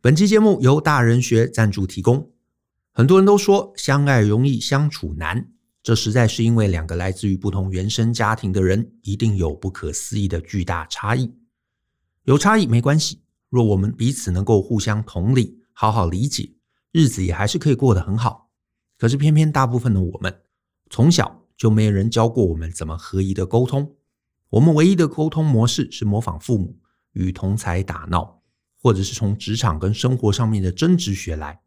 本期节目由大人学赞助提供。很多人都说相爱容易相处难，这实在是因为两个来自于不同原生家庭的人一定有不可思议的巨大差异。有差异没关系，若我们彼此能够互相同理，好好理解，日子也还是可以过得很好。可是偏偏大部分的我们，从小就没人教过我们怎么合宜的沟通。我们唯一的沟通模式是模仿父母与同才打闹，或者是从职场跟生活上面的争执学来。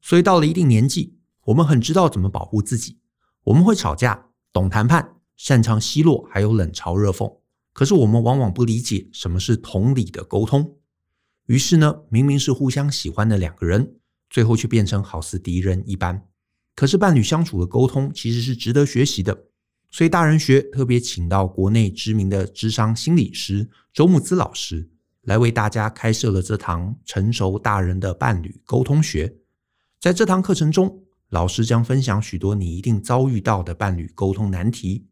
所以到了一定年纪，我们很知道怎么保护自己。我们会吵架，懂谈判，擅长奚落，还有冷嘲热讽。可是我们往往不理解什么是同理的沟通。于是呢，明明是互相喜欢的两个人，最后却变成好似敌人一般。可是伴侣相处的沟通其实是值得学习的，所以大人学特别请到国内知名的智商心理师周木之老师来为大家开设了这堂成熟大人的伴侣沟通学。在这堂课程中，老师将分享许多你一定遭遇到的伴侣沟通难题，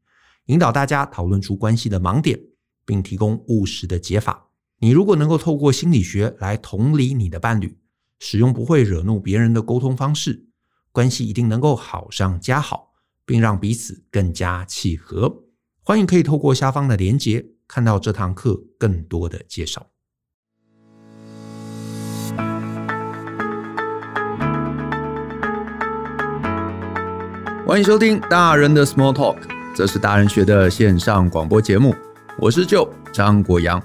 引导大家讨论出关系的盲点，并提供务实的解法。你如果能够透过心理学来同理你的伴侣，使用不会惹怒别人的沟通方式，关系一定能够好上加好，并让彼此更加契合。欢迎可以透过下方的连结看到这堂课更多的介绍。欢迎收听《大人的 Small Talk》，这是大人学的线上广播节目。我是舅张国阳。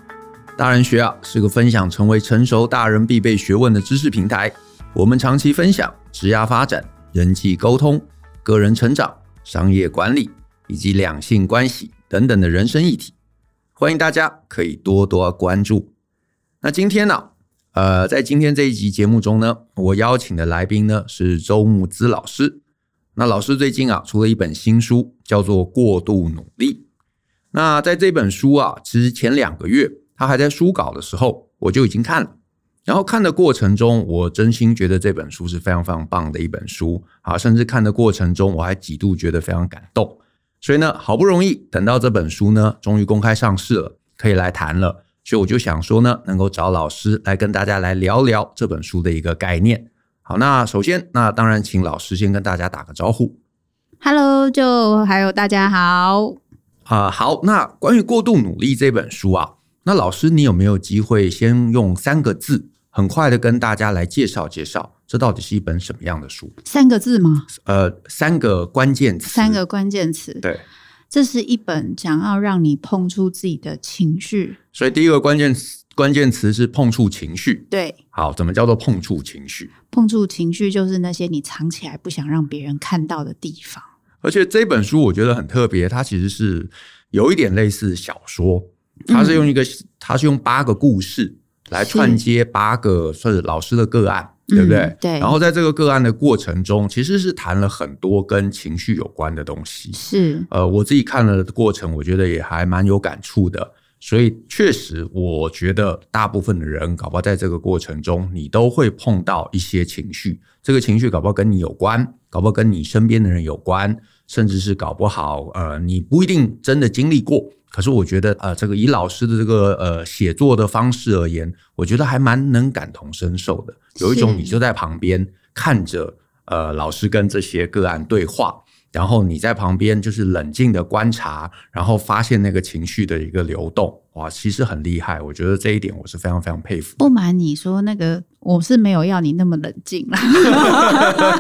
大人学啊，是个分享成为成熟大人必备学问的知识平台。我们长期分享职涯发展、人际沟通、个人成长、商业管理以及两性关系等等的人生议题。欢迎大家可以多多关注。那今天呢、呃，在今天这一集节目中呢，我邀请的来宾呢是周木之老师。那老师最近啊出了一本新书，叫做《过度努力》。那在这本书啊，其实前两个月他还在书稿的时候，我就已经看了。然后看的过程中，我真心觉得这本书是非常非常棒的一本书啊，甚至看的过程中，我还几度觉得非常感动。所以呢，好不容易等到这本书呢，终于公开上市了，可以来谈了。所以我就想说呢，能够找老师来跟大家来聊聊这本书的一个概念。好，那首先，那当然请老师先跟大家打个招呼。 Hello，就还有大家好，啊、好，那关于《过度努力》这本书啊，那老师你有没有机会先用三个字，很快的跟大家来介绍介绍，这到底是一本什么样的书？三个字吗？呃，三个关键词，三个关键词。对，这是一本想要让你碰出自己的情绪，所以第一个关键词关键词是碰触情绪。对，好，怎么叫做碰触情绪？碰触情绪就是那些你藏起来不想让别人看到的地方。而且这本书我觉得很特别，它其实是有一点类似小说，嗯它是用一个，它是用八个故事来是串接八个算是老师的个案，对不对？嗯对然后在这个个案的过程中，其实是谈了很多跟情绪有关的东西。是，呃，我自己看了的过程，我觉得也还蛮有感触的。所以确实，我觉得大部分的人，搞不好在这个过程中，你都会碰到一些情绪。这个情绪搞不好跟你有关，搞不好跟你身边的人有关，甚至是搞不好，呃，你不一定真的经历过。可是我觉得，呃，这个以老师的这个呃写作的方式而言，我觉得还蛮能感同身受的。有一种是你就在旁边看着，呃，老师跟这些个案对话，然后你在旁边就是冷静的观察，然后发现那个情绪的一个流动，哇，其实很厉害。我觉得这一点我是非常非常佩服。不瞒你说，那个我是没有要你那么冷静 啦。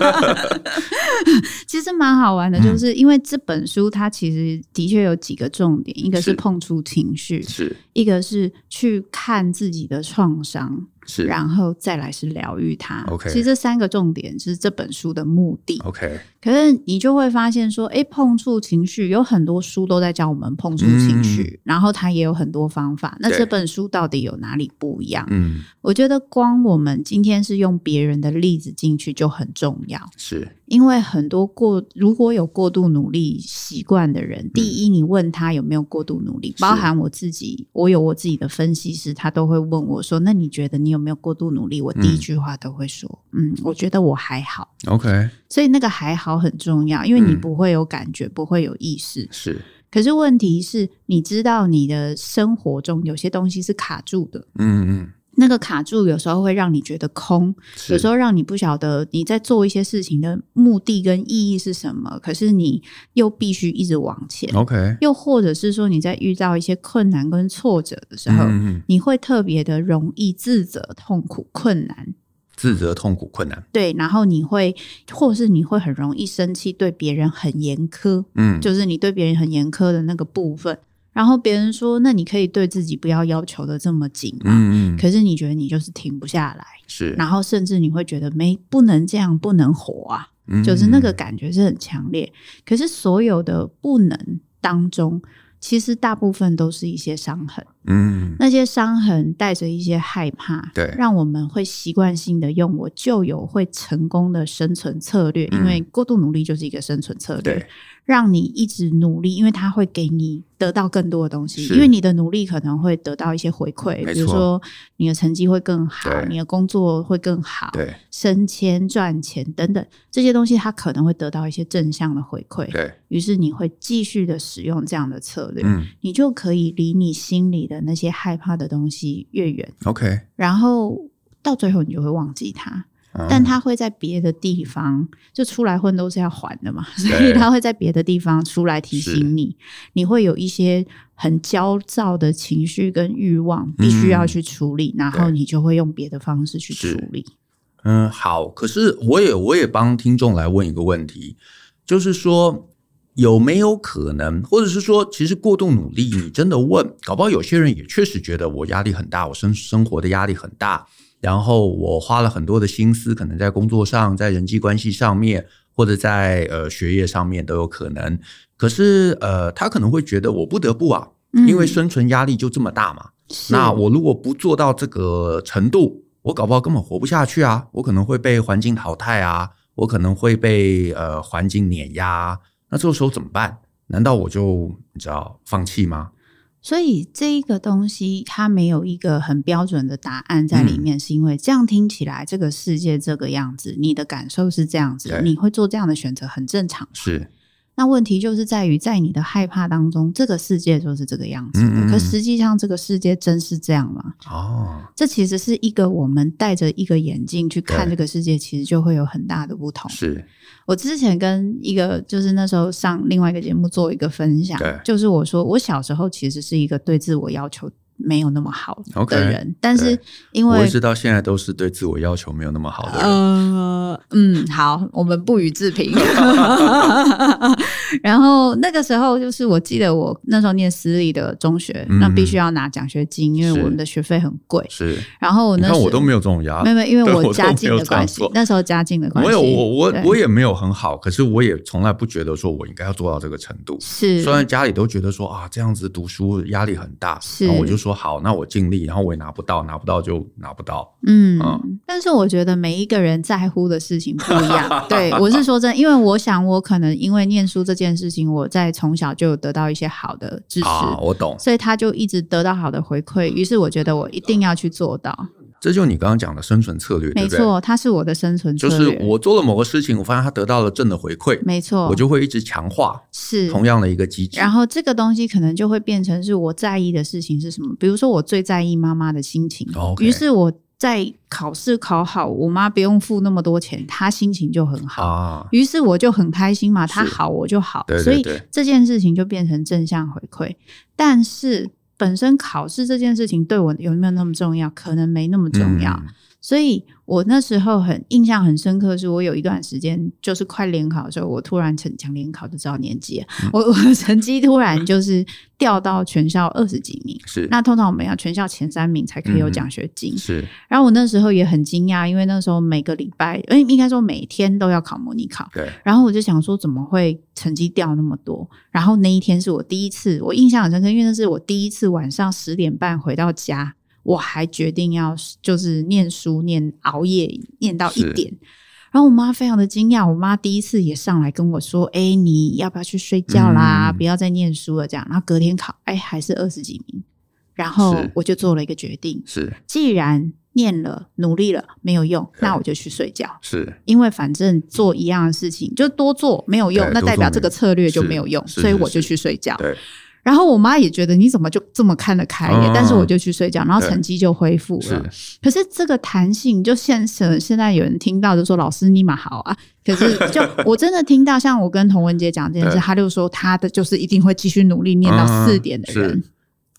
其实蛮好玩的，嗯就是因为这本书它其实的确有几个重点，一个是是碰触情绪，是一个是去看自己的创伤，是然后再来是疗愈它。 OK 其实这三个重点就是这本书的目的。 ，OK，可是你就会发现说，诶，碰触情绪有很多书都在教我们碰触情绪，然后它也有很多方法。那嗯对这本书到底有哪里不一样？嗯，我觉得光我们今天是用别人的例子进去就很重要，是因为很多过如果有过度努力习惯的人，第一，你问他有没有过度努力，嗯是包含我自己，我有我自己的分析师，他都会问我说：“那你觉得你有没有过度努力？”我第一嗯句话都会说：“嗯，我觉得我还好。 OK，” 所以那个还好很重要，因为你嗯不会有感觉，不会有意识。是，可是问题是，你知道你的生活中有些东西是卡住的，嗯嗯，那个卡住有时候会让你觉得空，是有时候让你不晓得你在做一些事情的目的跟意义是什么，可是你又必须一直往前。 OK，又或者是说你在遇到一些困难跟挫折的时候，嗯，嗯你会特别的容易自责、痛苦、困难。自责、痛苦、困难，对，然后你会，或是你会很容易生气，对别人很严苛，嗯，就是你对别人很严苛的那个部分。然后别人说，那你可以对自己不要要求的这么紧嘛？嗯嗯，可是你觉得你就是停不下来，是，然后甚至你会觉得没不能这样，不能活啊，嗯就是那个感觉是很强烈。可是所有的不能当中，其实大部分都是一些伤痕，嗯，嗯，那些伤痕带着一些害怕，对让我们会习惯性的用我就有会成功的生存策略，嗯因为过度努力就是一个生存策略对，，让你一直努力，因为它会给你得到更多的东西，是因为你的努力可能会得到一些回馈没，比如错说你的成绩会更好，对你的工作会更好，对，升迁、赚钱等等这些东西，它可能会得到一些正向的回馈，对，于是你会继续的使用这样的策略。嗯你就可以离你心里的那些害怕的东西越远， ，OK，然后到最后你就会忘记它。嗯但它会在别的地方，就出来混都是要还的嘛， 所以它会在别的地方出来提是醒你，你会有一些很焦躁的情绪跟欲望，必须要去处理，然后嗯对你就会用别的方式去是处理。嗯，好。可是我也我也帮听众来问一个问题，就是说有没有可能，或者是说，其实过度努力，你真的问，搞不好有些人也确实觉得我压力很大，我生生活的压力很大，然后我花了很多的心思，可能在工作上，在人际关系上面，或者在呃学业上面都有可能。可是呃，他可能会觉得我不得不啊，因为嗯生存压力就这么大嘛。是那我如果不做到这个程度，我搞不好根本活不下去啊！我可能会被环境淘汰啊，我可能会被呃环境碾压、啊。那这个时候怎么办？难道我就你知道放弃吗？所以这一个东西，它没有一个很标准的答案在嗯里面，是因为这样听起来，这个世界这个样子，你的感受是这样子对，你会做这样的选择很正常。是，那问题就是在于，在你的害怕当中，这个世界就是这个样子的。嗯嗯嗯可实际上，这个世界真是这样吗？哦，这其实是一个我们戴着一个眼镜去看对这个世界，其实就会有很大的不同。是，我之前跟一个就是那时候上另外一个节目做一个分享对，就是我说我小时候其实是一个对自我要求没有那么好 OK，的人但是对因我一为直到现在都是对自我要求没有那么好的人。呃嗯好，我们不予 置评。然后那个时候就是我记得我那时候念私立的中学，嗯那必须要拿奖学金，因为是我们的学费很贵。是，然后我你那看时我都没有这种压力。没有没有，因对为我都家境没有的这样关系做，那时候家境的关我系，有我我对我也没有很好，可是我也从来不觉得说我应该要做到这个程度。是虽然家里都觉得说啊，这样子读书压力很大，是然后我就说好，那我尽力，然后我也拿不到，拿不到就拿不到，嗯嗯，但是我觉得每一个人在乎的事情不一 样。对我是说真的，因为我想我可能因为念书这件事情，我在从小就有得到一些好的支持，啊，我懂，所以他就一直得到好的回馈。于是我觉得我一定要去做到。这就是你刚刚讲的生存策略，对没不对？错，它是我的生存策就略。是我做了某个事情，我发现他得到了正的回馈，没错，我就会一直强化是同样的一个机制。然后这个东西可能就会变成是我在意的事情是什么？比如说我最在意妈妈的心情哦 OK 于是我在考试考好，我妈不用付那么多钱，她心情就很好。啊，于是我就很开心嘛，是她好我就好，对对所以对这件事情就变成正向回馈。但是本身考试这件事情对我有没有那么重要？可能没那么重要。嗯所以我那时候很印象很深刻，是我有一段时间就是快联考的时候，我突然成讲联考就知道年级了，嗯我我的成绩突然就是掉到全校二十几名。是那通常我们要全校前三名才可以有嗯奖学金，是然后我那时候也很惊讶，因为那时候每个礼拜，哎，应该说每天都要考模拟考，对，然后我就想说，怎么会成绩掉那么多？然后那一天是我第一次，我印象很深刻，因为那是我第一次晚上十点半回到家，我还决定要就是念书，念熬夜念到一是点。然后我妈非常的惊讶，我妈第一次也上来跟我说：“哎、你要不要去睡觉啦？嗯不要再念书了。”这样，然后隔天考，哎、还是二十几名。然后是我就做了一个决定，是既然念了努力了没有用，对那我就去睡觉。是因为反正做一样的事情就多做没有用对，那代表这个策略多就做没没有有用，是所以是我就是去睡觉。对，然后我妈也觉得你怎么就这么看得开耶？嗯但是我就去睡觉，然后对成绩就恢复是了。可是这个弹性，就现实现在有人听到就说老师你蛮好啊，可是就 我真的听到，像我跟童文杰讲这件事，对他就说他的就是一定会继续努力念到四点的人，嗯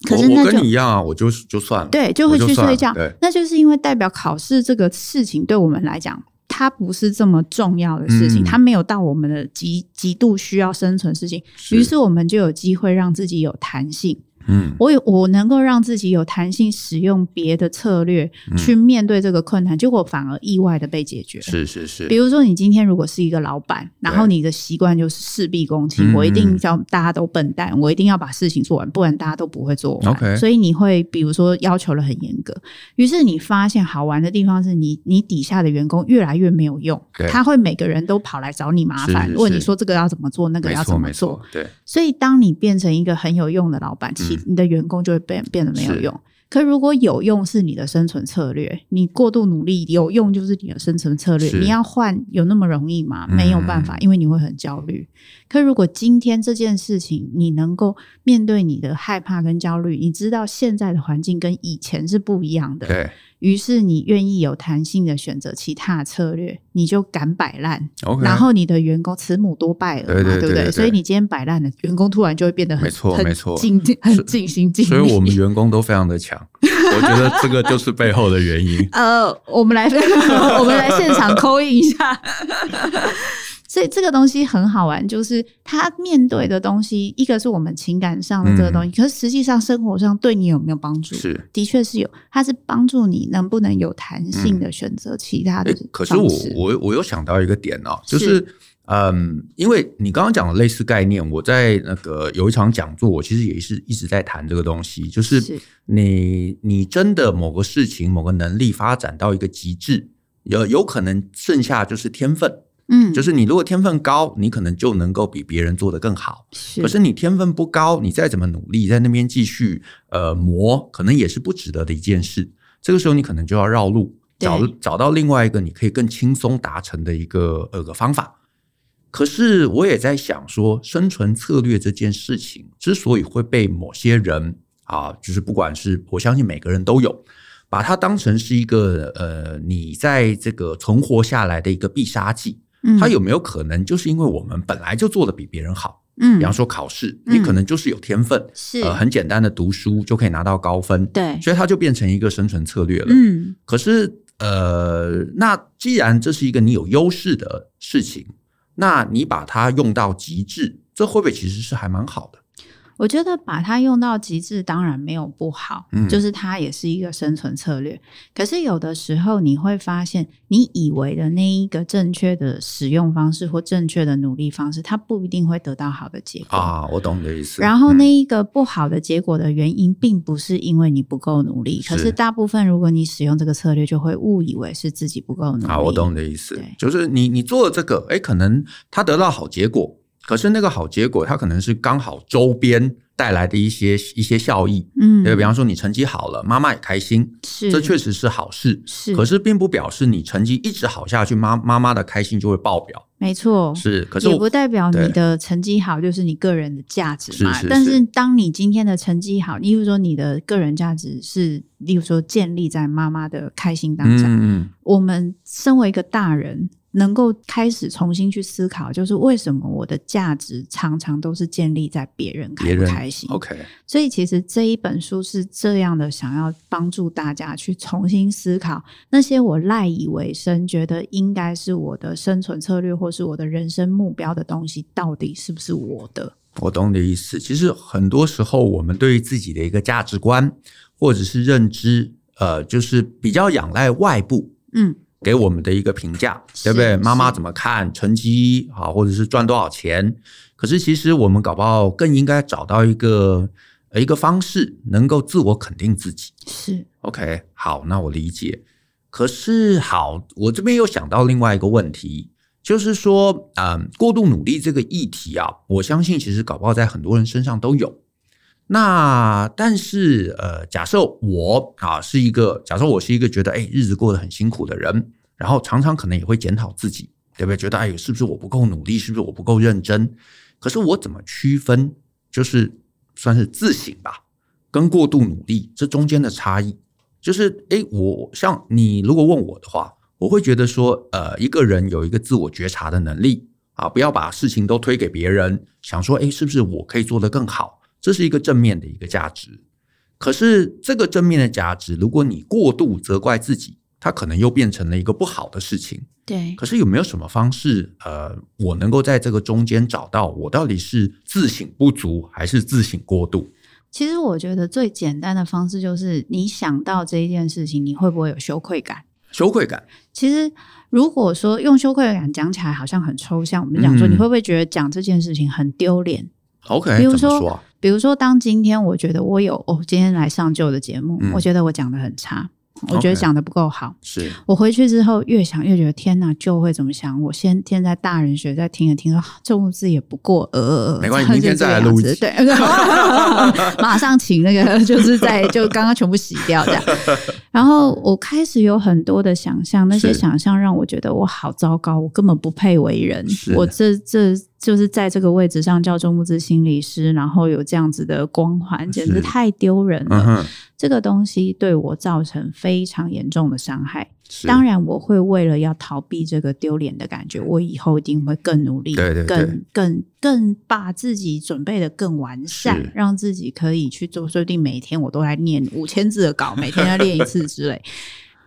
可我是那我跟就你一样啊，我就就算了，对就会我就去算了睡觉对，那就是因为代表考试这个事情对我们来讲。它不是这么重要的事情，嗯它没有到我们的极极度需要生存的事情，于是我们就有机会让自己有弹性。嗯我有我能够让自己有弹性使用别的策略嗯去面对这个困难，结果反而意外的被解决。是是是，比如说，你今天如果是一个老板，然后你的习惯就是事必躬亲，嗯我一定要大家都笨蛋，我一定要把事情做完，不然大家都不会做完。 OK 所以你会比如说要求的很严格，于是你发现好玩的地方是你你底下的员工越来越没有用对，他会每个人都跑来找你麻烦，是是问你说这个要怎么做，那个没要错怎没么做错。，对，所以，当你变成一个很有用的老板，其嗯你的员工就会变变得没有是用。可如果有用是你的生存策略，你过度努力有用就是你的生存策略。是你要换有那么容易吗？嗯没有办法，因为你会很焦虑。可如果今天这件事情你能够面对你的害怕跟焦虑，你知道现在的环境跟以前是不一样的，对于是你愿意有弹性的选择其他策略，你就敢摆烂。 ，OK，然后你的员工慈母多败儿嘛，对对对不对对所以你今天摆烂了，员工突然就会变得很没错很没错尽所很尽心尽力。。所以我们员工都非常的强，我觉得这个就是背后的原因 呃，我们来我们来现场扣印一下。 所以这个东西很好玩，就是他面对的东西，一个是我们情感上的这个东西，可是实际上生活上对你有没有帮助？嗯是，的确 是有，它是帮助你能不能有弹性的选择其他的嗯诶方式、可是我我我又想到一个点哦，就是是嗯，因为你刚刚讲的类似概念，我在那个有一场讲座，我其实也是一直在谈这个东西，就是是你你真的某个事情、某个能力发展到一个极致，有有可能剩下就是天分，嗯，就是你如果天分高，你可能就能够比别人做得更好。是可是你天分不高，你再怎么努力，在那边继续呃磨，可能也是不值得的一件事。这个时候你可能就要绕路，对找找到另外一个你可以更轻松达成的一个呃个方法。可是我也在想说，生存策略这件事情之所以会被某些人啊，就是不管是我相信每个人都有，把它当成是一个呃你在这个存活下来的一个必杀技。它有没有可能就是因为我们本来就做的比别人好？嗯，比方嗯说考试，嗯你可能就是有天分，是、呃，很简单的读书就可以拿到高分，对，所以它就变成一个生存策略了。嗯可是，呃，那既然这是一个你有优势的事情，那你把它用到极致，这会不会其实是还蛮好的？我觉得把它用到极致，当然没有不好，嗯就是它也是一个生存策略。可是有的时候你会发现，你以为的那一个正确的使用方式或正确的努力方式，它不一定会得到好的结果。啊，我懂你的意思。然后嗯那一个不好的结果的原因，并不是因为你不够努力，可是是大部分如果你使用这个策略，就会误以为是自己不够努力。啊，我懂你的意思对，就是你你做了这个，哎，可能他得到好结果，可是那个好结果，它可能是刚好周边带来的一些一些效益。嗯，对，比方说你成绩好了，妈妈也开心，是这确实是好事。嗯是，可是并不表示你成绩一直好下去，妈妈妈的开心就会爆表。没错，是，可是也我不代表对哦你的成绩好就是你个人的价值嘛。是是是但是当你今天的成绩好，例如说你的个人价值是，例如说建立在妈妈的开心当嗯下，嗯我们身为一个大人。能够开始重新去思考，就是为什么我的价值常常都是建立在别人别开不人开心。 OK 所以其实这一本书是这样的，想要帮助大家去重新思考那些我赖以为生，觉得应该是我的生存策略或是我的人生目标的东西，到底是不是我的？我懂你的意思。其实很多时候，我们对于自己的一个价值观或者是认知，呃，就是比较仰赖外部嗯，给我们的一个评价，是对不对？是妈妈怎么看成绩啊，或者是赚多少钱？可是其实我们搞不好更应该找到一个呃一个方式，能够自我肯定自己。是 OK，好，那我理解。可是好，我这边又想到另外一个问题，就是说，嗯，过度努力这个议题啊，我相信其实搞不好在很多人身上都有。那但是呃，假设我啊是一个，假设我是一个觉得哎、日子过得很辛苦的人，然后常常可能也会检讨自己，对不对？觉得哎是不是我不够努力，是不是我不够认真？可是我怎么区分就是算是自省吧，跟过度努力这中间的差异，就是诶，我像你如果问我的话，我会觉得说，呃，一个人有一个自我觉察的能力啊，不要把事情都推给别人，想说，诶，是不是我可以做得更好？这是一个正面的一个价值。可是这个正面的价值，如果你过度责怪自己，它可能又变成了一个不好的事情。对可是有没有什么方式，呃，我能够在这个中间找到我到底是自省不足还是自省过度？其实我觉得最简单的方式就是，你想到这一件事情，你会不会有羞愧感？羞愧感，其实，如果说用羞愧感讲起来好像很抽象，我们讲说嗯你会不会觉得讲这件事情很丢脸？ OK，比如怎么说说啊比如说，当今天我觉得我有哦，今天来上旧的节目，嗯我觉得我讲的很差，我觉得 OK 讲的不够好。是我回去之后越想越觉得天哪，就会怎么想？我先天在大人学在听了听说，啊这文字也不过呃呃，呃没关系这样明天就这再来样录一子集对， 马上请那个就是在就刚刚全部洗掉 这样。然后我开始有很多的想象，那些是想象让我觉得我好糟糕，我根本不配为人是，我这这就是在这个位置上叫周牧之心理师，然后有这样子的光环，简是直太丢人了。嗯哼，这个东西对我造成非常严重的伤害。是当然，我会为了要逃避这个丢脸的感觉，我以后一定会更努力，嗯对对对更更更把自己准备的更完是善，让自己可以去做。说不定每天我都来念五千字的 稿，每天要练一次之类。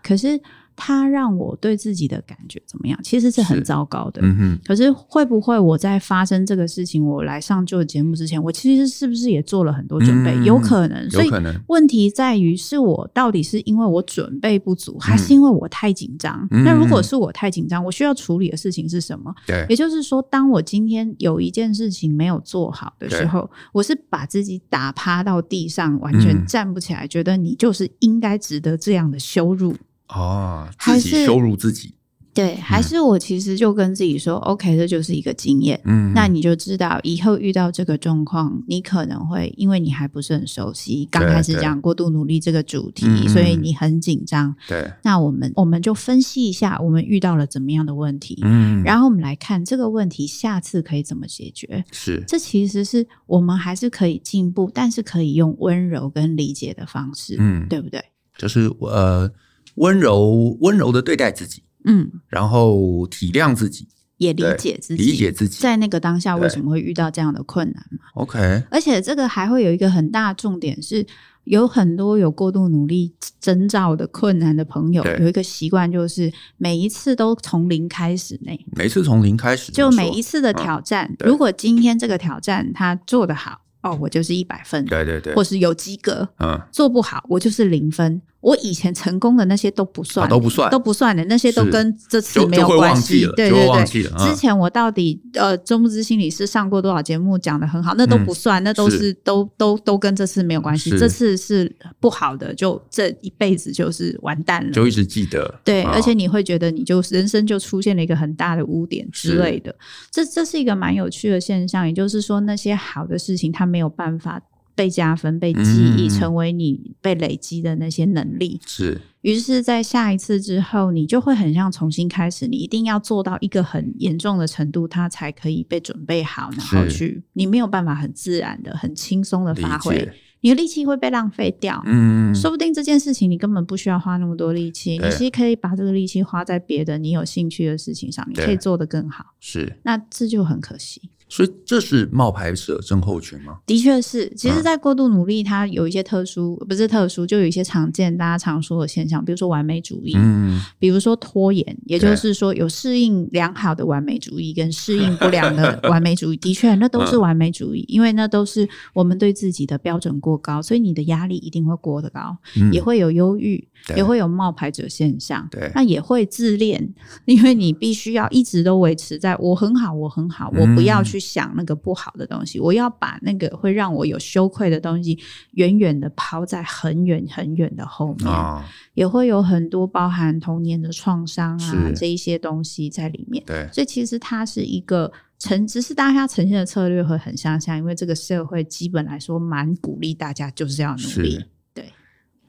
可是它让我对自己的感觉怎么样？其实是很是糟糕的。嗯哼，可是会不会我在发生这个事情，我来上旧节目之前，我其实是不是也做了很多准备？嗯有可能，所有以可能问题在于，是我到底是因为我准备不足，还是因为我太紧张？嗯那如果是我太紧张，我需要处理的事情是什么？对也就是说，当我今天有一件事情没有做好的时候，我是把自己打趴到地上，完全嗯站不起来，觉得你就是应该值得这样的羞辱。哦，自还己是羞辱自己，对，嗯还是我其实就跟自己说、o k 这就是一个经验。嗯，那你就知道以后遇到这个状况，你可能会因为你还不是很熟悉，刚开始对讲过度努力这个主题，嗯嗯所以你很紧张。对，那我们我们就分析一下，我们遇到了怎么样的问题，嗯，然后我们来看这个问题下次可以怎么解决。是这其实是我们还是可以进步，但是可以用温柔跟理解的方式，嗯，对不对？就是呃温柔温柔的对待自己，嗯，然后体谅自己，也理对解自己，理解自己在那个当下对为什么会遇到这样的困难嘛？ ，OK，而且这个还会有一个很大的重点是，有很多有过度努力征兆的困难的朋友对，有一个习惯就是每一次都从零开始呢。每次从零开始，就怎么每说嗯一次的挑战，对如果今天这个挑战他做得好，哦，我就是一百分，对对对，或是有及格；嗯，做不好，我就是零分。我以前成功的那些都不算，啊都不算都不算的，那些都是跟这次就没就有会关忘记系了。对就会对忘对，记了。之嗯前我到底呃，周牧之心理师上过多少节目，讲的很好，那都不算，那嗯都是是都都都跟这次没有关系是，这次是不好的，就这一辈子就是完蛋了。就一直记得，对，嗯而且你会觉得你就人生就出现了一个很大的污点之类的，这这是一个蛮有趣的现象。也就是说，那些好的事情它没有办法被加分、被记忆，嗯成为你被累积的那些能力。是于是，在下一次之后，你就会很像重新开始。你一定要做到一个很严重的程度，它才可以被准备好，然后是去，你没有办法很自然的、很轻松的理发挥解，，你的力气会被浪费掉。嗯，说不定这件事情你根本不需要花那么多力气，对你其实可以把这个力气花在别的你有兴趣的事情上，你对可以做得更好。是，那这就很可惜。所以这是冒牌者症候群吗？的确是，其实，嗯在过度努力，它有一些特殊，不是特殊，就有一些常见大家常说的现象，比如说完美主义，嗯，比如说拖延，也对就是说有适应良好的完美主义跟适应不 良的完美主义，的确那都嗯是完美主义，因为那都是我们对自己的标准过高，所以你的压力一定会过得高，嗯也会有忧郁，对也会有冒牌者现象，对那也会自恋，因为你必须要一直都维持在我很好，我很好，我不要嗯去想那个不好的东西，我要把那个会让我有羞愧的东西远远的抛在很远很远的后面。啊，也会有很多包含童年的创伤啊是这一些东西在里面。对，所以其实它是一个呈，只是大家呈现的策略会很相像，因为这个社会基本来说蛮鼓励大家就是要努力是。对，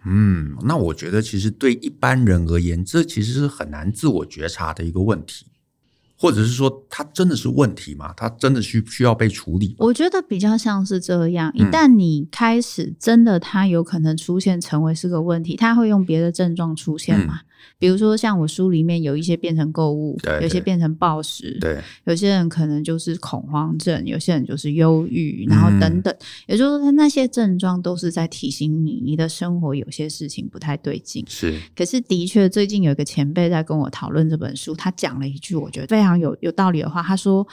嗯，那我觉得其实对一般人而言，这其实是很难自我觉察的一个问题。或者是说它真的是问题吗？它真的需需要被处理吗？我觉得比较像是这样，一嗯旦你开始真的它有可能出现成为是个问题，它会用别的症状出现嗯嘛？比如说像我书里面有一些变成购物，对有些对变成暴食，对，有些人可能就是恐慌症，有些人就是忧郁，然后嗯等等。也就是说，那些症状都是在提醒你，你的生活有些事情不太对劲。是，可是，的确，最近有一个前辈在跟我讨论这本书，他讲了一句我觉得非常有有道理的话。他说：“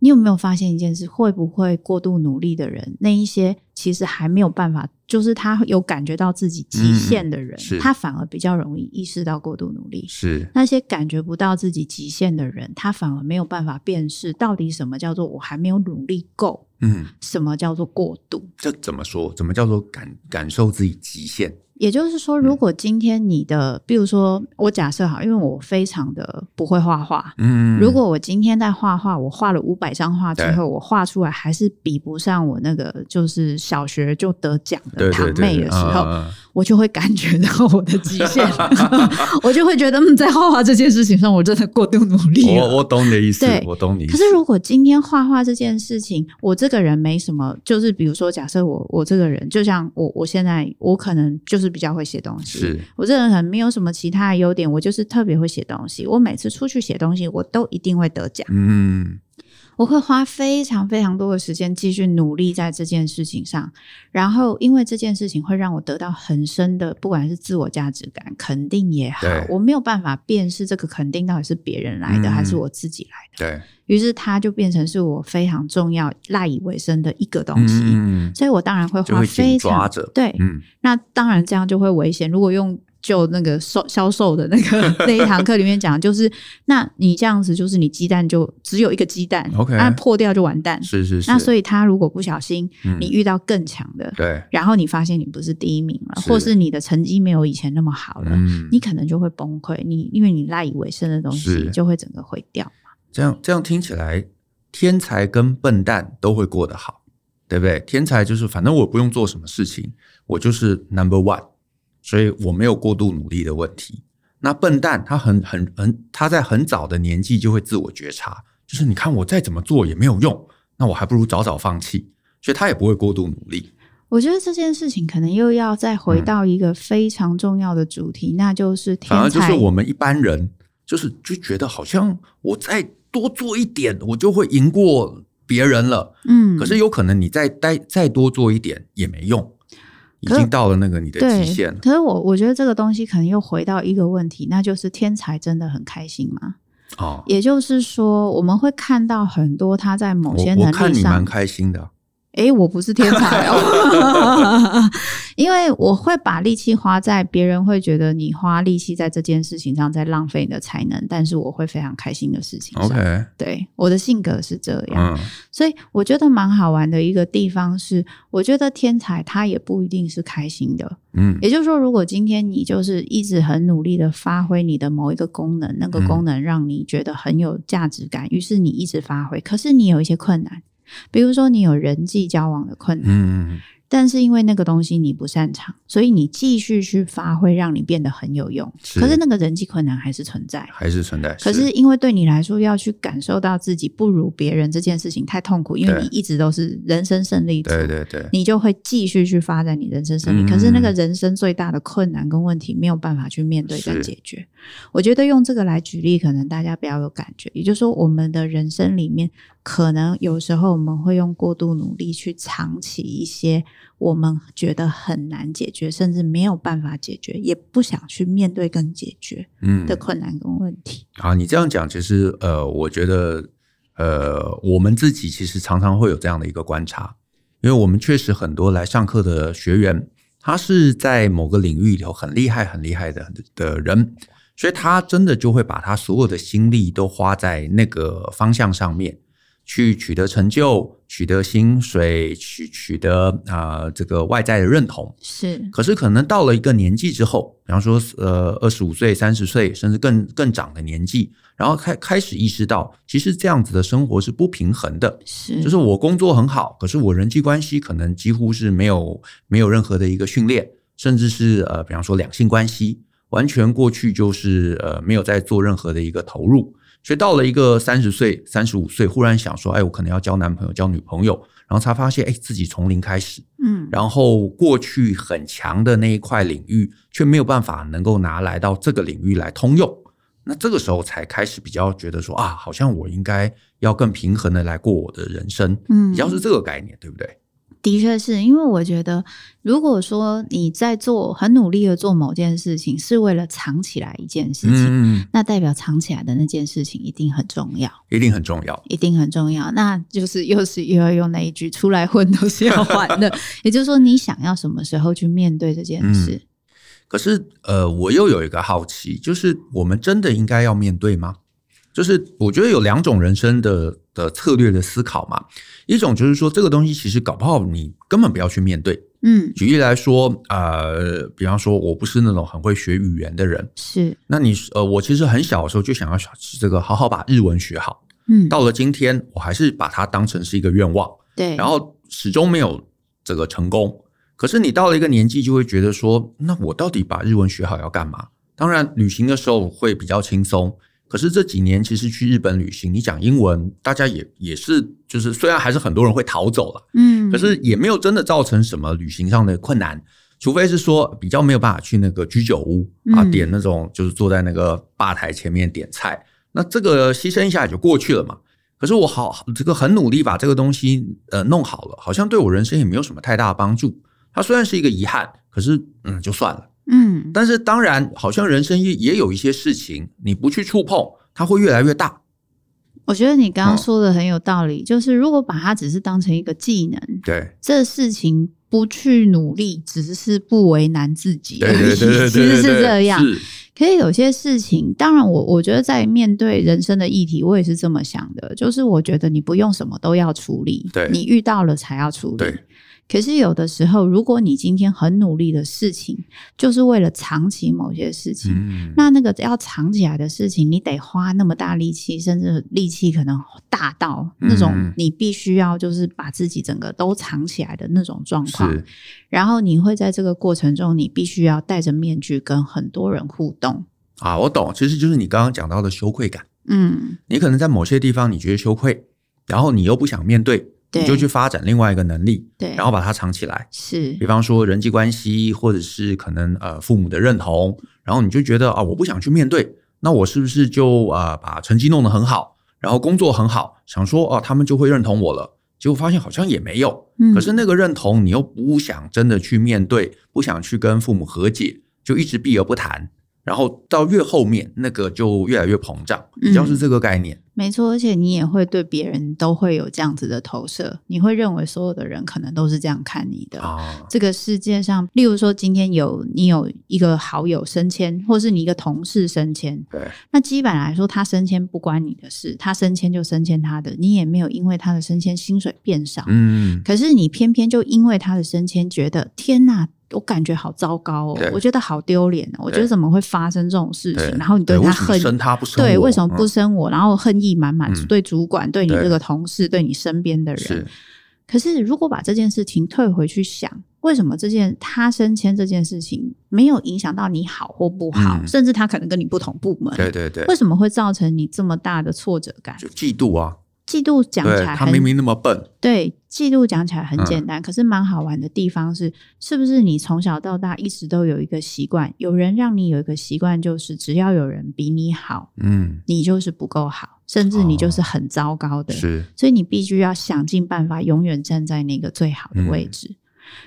你有没有发现一件事？会不会过度努力的人，那一些其实还没有办法，就是他有感觉到自己极限的人，嗯是他反而比较容易意识到过度努力。是，那些感觉不到自己极限的人，他反而没有办法辨识到底什么叫做我还没有努力够，嗯，什么叫做过度。”这怎么说？怎么叫做感感受自己极限？也就是嗯说，如果今天你的，比如说，我假设好，因为我非常的不会画画。嗯，如果我今天在画画，我画了五百张画之对后，我画出来还是比不上我那个就是小学就得奖对的堂对对妹对，的时候，嗯嗯嗯我就会感觉到我的极限， 我就会觉得，嗯，在画画这件事情上，我真的过度努力嗯 了。我我懂你的意思对，我懂你的意可思。是，如果今天画画这件事情，我这个人没什么，就是比如说，假设我我这个人，就像我我现在我可能就是比较会写东西，是我这个人可能没有什么其他的优点，我就是特别会写东西。我每次出去写东西，我都一定会得奖。嗯，我会花非常非常多的时间继续努力在这件事情上，然后因为这件事情会让我得到很深的，不管是自我价值感肯定也好对，我没有办法辨识这个肯定到底是别人来的、嗯还是我自己来的，对，于是它就变成是我非常重要、赖以为生的一个东西。嗯，所以我当然会就花会非紧抓常着，对，嗯，那当然这样就会危险。如果用就那个售销售的那个 那一堂课里面讲，就是那你这样子，就是你鸡蛋就只有一个鸡蛋 OK 那破掉就完蛋。是是是。嗯那所以以他如果不小心，你遇到更强的，对，然后你发现你不是第一名了，是或是你的成绩没有以前那么好了，嗯你可能就会崩溃。你因为你赖以为生的东西是就会整个毁掉。这样这样听起来，天才跟笨蛋都会过得好，对不对？天才就是反正我不用做什么事情，我就是 number one，所以我没有过度努力的问题。那笨蛋他很很很，他在很早的年纪就会自我觉察，就是你看我再怎么做也没有用，那我还不如早早放弃，所以他也不会过度努力。我觉得这件事情可能又要再回嗯到一个非常重要的主题，那就是天反而就才是我们一般人，就是就觉得好像我再多做一点，我就会赢过别人了。嗯，可是有可能你再待再多做一点也没用，已可经到了那个你的对，极限了可是我我觉得这个东西可能又回到一个问题，那就是天才真的很开心吗？哦。也就是说，我们会看到很多他在某我些我能看力你蛮上，开心的啊，诶，我不是天才哦， 因为我会把力气花在别人会觉得你花力气在这件事情上在浪费你的才能，但是我会非常开心的事情上。 ，OK，对，我的性格是这样。嗯，所以我觉得蛮好玩的一个地方是，我觉得天才他也不一定是开心的。嗯也就是说，如果今天你就是一直很努力的发挥你的某一个功能，那个嗯功能让你觉得很有价值感，于是你一直发挥，可是你有一些困难，比如说你有人际交往的困难，嗯，但是因为那个东西你不擅长，所以你继续去发挥，让你变得很有用。是可是那个人际困难还是存在。还是存在。可是因为对你来说，要去感受到自己不如别人这件事情太痛苦，因为对你一直都是人生胜利者。对对对，你就会继续去发展你人生胜利。嗯可是那个人生最大的困难跟问题没有办法去面对跟是解决。我觉得用这个来举例，可能大家比较有感觉。也就是说，我们的人生里面，可能有时候我们会用过度努力去藏起一些我们觉得很难解决，甚至没有办法解决，也不想去面对跟解决嗯的困难跟问题。啊，你这样讲，其实呃，我觉得呃，我们自己其实常常会有这样的一个观察，因为我们确实很多来上课的学员，他是在某个领域里头很厉害、很厉害的的人，所以他真的就会把他所有的心力都花在那个方向上面。去取得成就、取得薪水、取取得啊、这个外在的认同，是，可是可能到了一个年纪之后，比方说呃二十五岁、三十岁，甚至更更长的年纪，然后开开始意识到，其实这样子的生活是不平衡的。是，就是我工作很好，可是我人际关系可能几乎是没有没有任何的一个训练，甚至是呃，比方说两性关系，完全过去就是呃没有在做任何的一个投入，所以到了一个三十岁、三十五岁，忽然想说，哎，我可能要交男朋友、交女朋友，然后才发现，哎，自己从零开始，嗯，然后过去很强的那一块领域，却没有办法能够拿来到这个领域来通用。那这个时候才开始比较觉得说啊，好像我应该要更平衡的来过我的人生，嗯比较是这个概念，对不对？的确是因为我觉得，如果说你在做很努力的做某件事情，是为了藏起来一件事情，嗯，那代表藏起来的那件事情一定很重要，一定很重要。一定很重要。那就是又是又要用那一句“出来混都是要还 的”，也就是说，你想要什么时候去面对这件事？可是，呃，我又有一个好奇，就是我们真的应该要面对吗？就是我觉得有两种人生的的策略的思考嘛，一种就是说这个东西其实搞不好你根本不要去面对。嗯，举例来说，呃，比方说我不是那种很会学语言的人，是，那你呃，我其实很小的时候就想要这个好好把日文学好，嗯，到了今天我还是把它当成是一个愿望，对，然后始终没有这个成功。可是你到了一个年纪，就会觉得说，那我到底把日文学好要干嘛？当然，旅行的时候会比较轻松。可是这几年其实去日本旅行，你讲英文，大家也也是就是，虽然还是很多人会逃走了，嗯，可是也没有真的造成什么旅行上的困难，除非是说比较没有办法去那个居酒屋啊，嗯点那种就是坐在那个吧台前面点菜，那这个牺牲一下也就过去了嘛。可是我好这个很努力把这个东西呃弄好了，好像对我人生也没有什么太大的帮助。它虽然是一个遗憾，可是嗯就算了。嗯，但是当然，好像人生也也有一些事情你不去触碰，它会越来越大。我觉得你刚嗯刚说的很有道理，就是如果把它只是当成一个技能，对，这事情不去努力，只是不为难自己而对对对已。对对，其实是对这样。是可以有些事情，当然我我觉得在面对人生的议题，我也是这么想的，就是我觉得你不用什么都要处理，对你遇到了才要处理对。可是有的时候，如果你今天很努力的事情，就是为了藏起某些事情，嗯，那那个要藏起来的事情，你得花那么大力气，甚至力气可能大到嗯那种你必须要就是把自己整个都藏起来的那种状况是。然后你会在这个过程中，你必须要戴着面具跟很多人互动。啊，我懂，其实就是你刚刚讲到的羞愧感。嗯，你可能在某些地方你觉得羞愧，然后你又不想面对，对你就去发展另外一个能力，对，然后把它藏起来。是比方说人际关系，或者是可能呃父母的认同，然后你就觉得啊，我不想去面对，那我是不是就呃把成绩弄得很好，然后工作很好，想说哦、他们就会认同我了，结果发现好像也没有。嗯可是那个认同你又不想真的去面对，不想去跟父母和解，就一直避而不谈，然后到越后面那个就越来越膨胀，比较嗯是这个概念。没错，而且你也会对别人都会有这样子的投射，你会认为所有的人可能都是这样看你的。啊，这个世界上，例如说，今天有你有一个好友升迁，或是你一个同事升迁，对，那基本来说，他升迁不关你的事，他升迁就升迁他的，你也没有因为他的升迁薪水变少。嗯，可是你偏偏就因为他的升迁，觉得天哪，我感觉好糟糕哦对，我觉得好丢脸哦，我觉得怎么会发生这种事对情？然后你对，为他什么恨，生他不生我？对，为什么不嗯生我？然后恨意满满，嗯对主管、对你对这个同事、对你身边的人是。可是如果把这件事情退回去想，为什么这件他升迁这件事情没有影响到你好或不好，嗯甚至他可能跟你不同部门，对对对为，什么会造成你这么大的挫折感？就嫉妒啊，嫉妒讲起对来他很明嗯明那么笨，对，嫉妒讲起来很简单，可是蛮好玩的地方是，是不是你从小到大一直都有一个习惯，有人让你有一个习惯，就是只要有人比你好，嗯，你就是不够好，甚至你就是很糟糕的。是，所以你必须要想尽办法，永远站在那个最好的位置。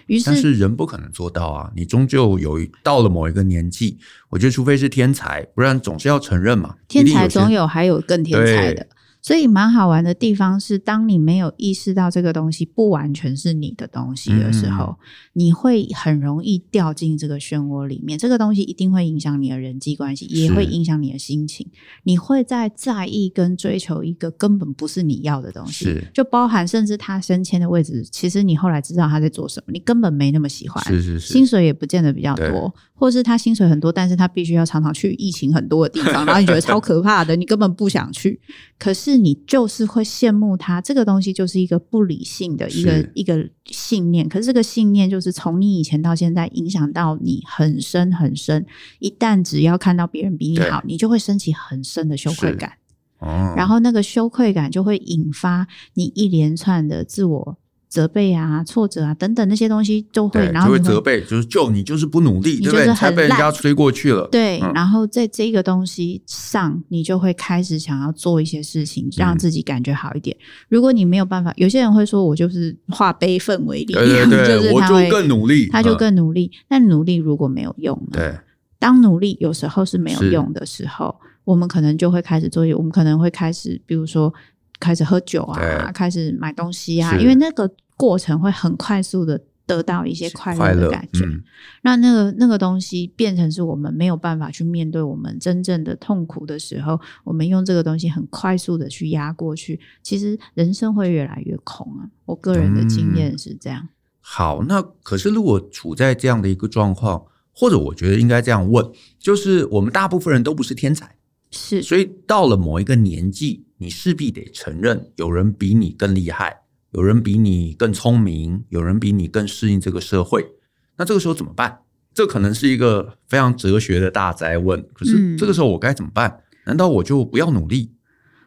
于嗯但是，是人不可能做到啊，你终究有一到了某一个年纪，我觉得除非是天才，不然总是要承认嘛，天才一定总些有还有更天才的对。所以蛮好玩的地方是，当你没有意识到这个东西不完全是你的东西的嗯时候，你会很容易掉进这个漩涡里面。这个东西一定会影响你的人际关系，也是会影响你的心情。你会在在意跟追求一个根本不是你要的东西是，就包含甚至他升迁的位置，其实你后来知道他在做什么，你根本没那么喜欢。是是薪是，水也不见得比较对多，或是他薪水很多，但是他必须要常常去疫情很多的地 方，然后你觉得超可怕的，你根本不想去，可是你就是会羡慕他。这个东西就是一个不理性的一个是一个信念，可是这个信念就是从你以前到现在影响到你很深很深。一旦只要看到别人比你对好，你就会升起很深的羞愧是感。哦，然后那个羞愧感就会引发你一连串的自我责备啊、挫折啊等等那些东西都会，对，就然后会你责备，就是就你就是不努力，你对不对？就是你才很被人烂家追过去了。对，嗯然后在这个东西上，你就会开始想要做一些事情，让嗯自己感觉好一点。如果你没有办法，有些人会说我就是化悲愤为力，对 对就是对，我他就会更努力，他就嗯更努力。但努力如果没有用呢？对，当努力有时候是没有是用的时候，我们可能就会开始做一，我们可能会开始，比如说开始喝酒啊对，开始买东西啊，是因为那个过程会很快速的得到一些快快乐的乐感，觉。嗯，那那个那个东西变成是我们没有办法去面对我们真正的痛苦的时候，我们用这个东西很快速的去压过去，其实人生会越来越空啊。我个人的经验是这样，好，那可是如果处在这样的一个状况，或者我觉得应该这样问，就是我们大部分人都不是天才，是所以到了某一个年纪，你势必得承认，有人比你更厉害，有人比你更聪明，有人比你更适应这个社会。那这个时候怎么办？这可能是一个非常哲学的大灾问。可是嗯这个时候我该怎么办？难道我就不要努力？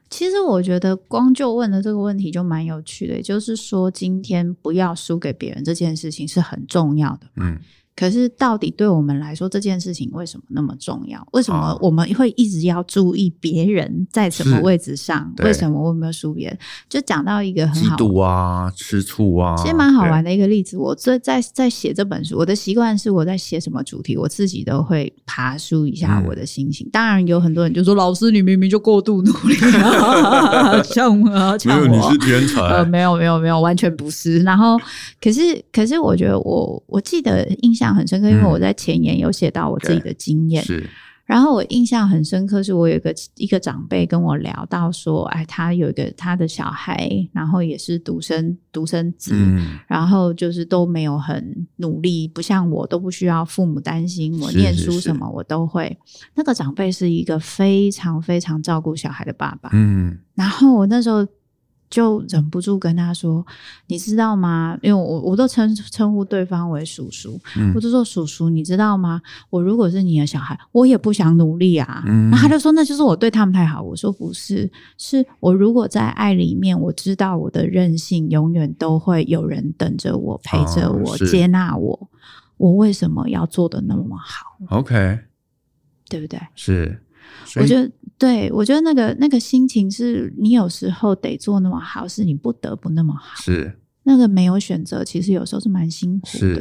其实我觉得光就问的这个问题就蛮有趣的，也就是说今天不要输给别人这件事情是很重要的。嗯，可是到底对我们来说这件事情为什么那么重要？为什么哦我们会一直要注意别人在什么是位置上？对为什么我没有输别人？就讲到一个很嫉好。妒啊，吃醋啊，其实蛮好玩的。的一个例子，我最在在写这本书，我的习惯是我在写什么主题，我自己都会爬梳一下嗯我的心情。当然有很多人就说，老师你明明就过度努力、啊， 像我，像我，天才呃，没有没有没有，完全不是。然后，可是可是，我觉得我我记得印象很深刻，因为嗯我在前言有写到我自己的经验。是然后我印象很深刻，是我有一个一个长辈跟我聊到说，哎，他有一个他的小孩，然后也是独生独生子。嗯，然后就是都没有很努力，不像我都不需要父母担心，我是念是书是什么我都会。那个长辈是一个非常非常照顾小孩的爸爸，嗯，然后我那时候就忍不住跟他说：“你知道吗？因为我我都称称呼对方为叔叔，嗯我就说叔叔，你知道吗？我如果是你的小孩，我也不想努力啊。嗯然后他就说：“那就是我对他们太好。”我说：“不是，是我如果在爱里面，我知道我的任性永远都会有人等着我、陪着哦我、是接纳我。我为什么要做的那么好？ OK，对不对？”是，所我以觉得，对我觉得那个那个心情是你有时候得做那么好，是你不得不那么好。是那个没有选择，其实有时候是蛮辛苦的是。，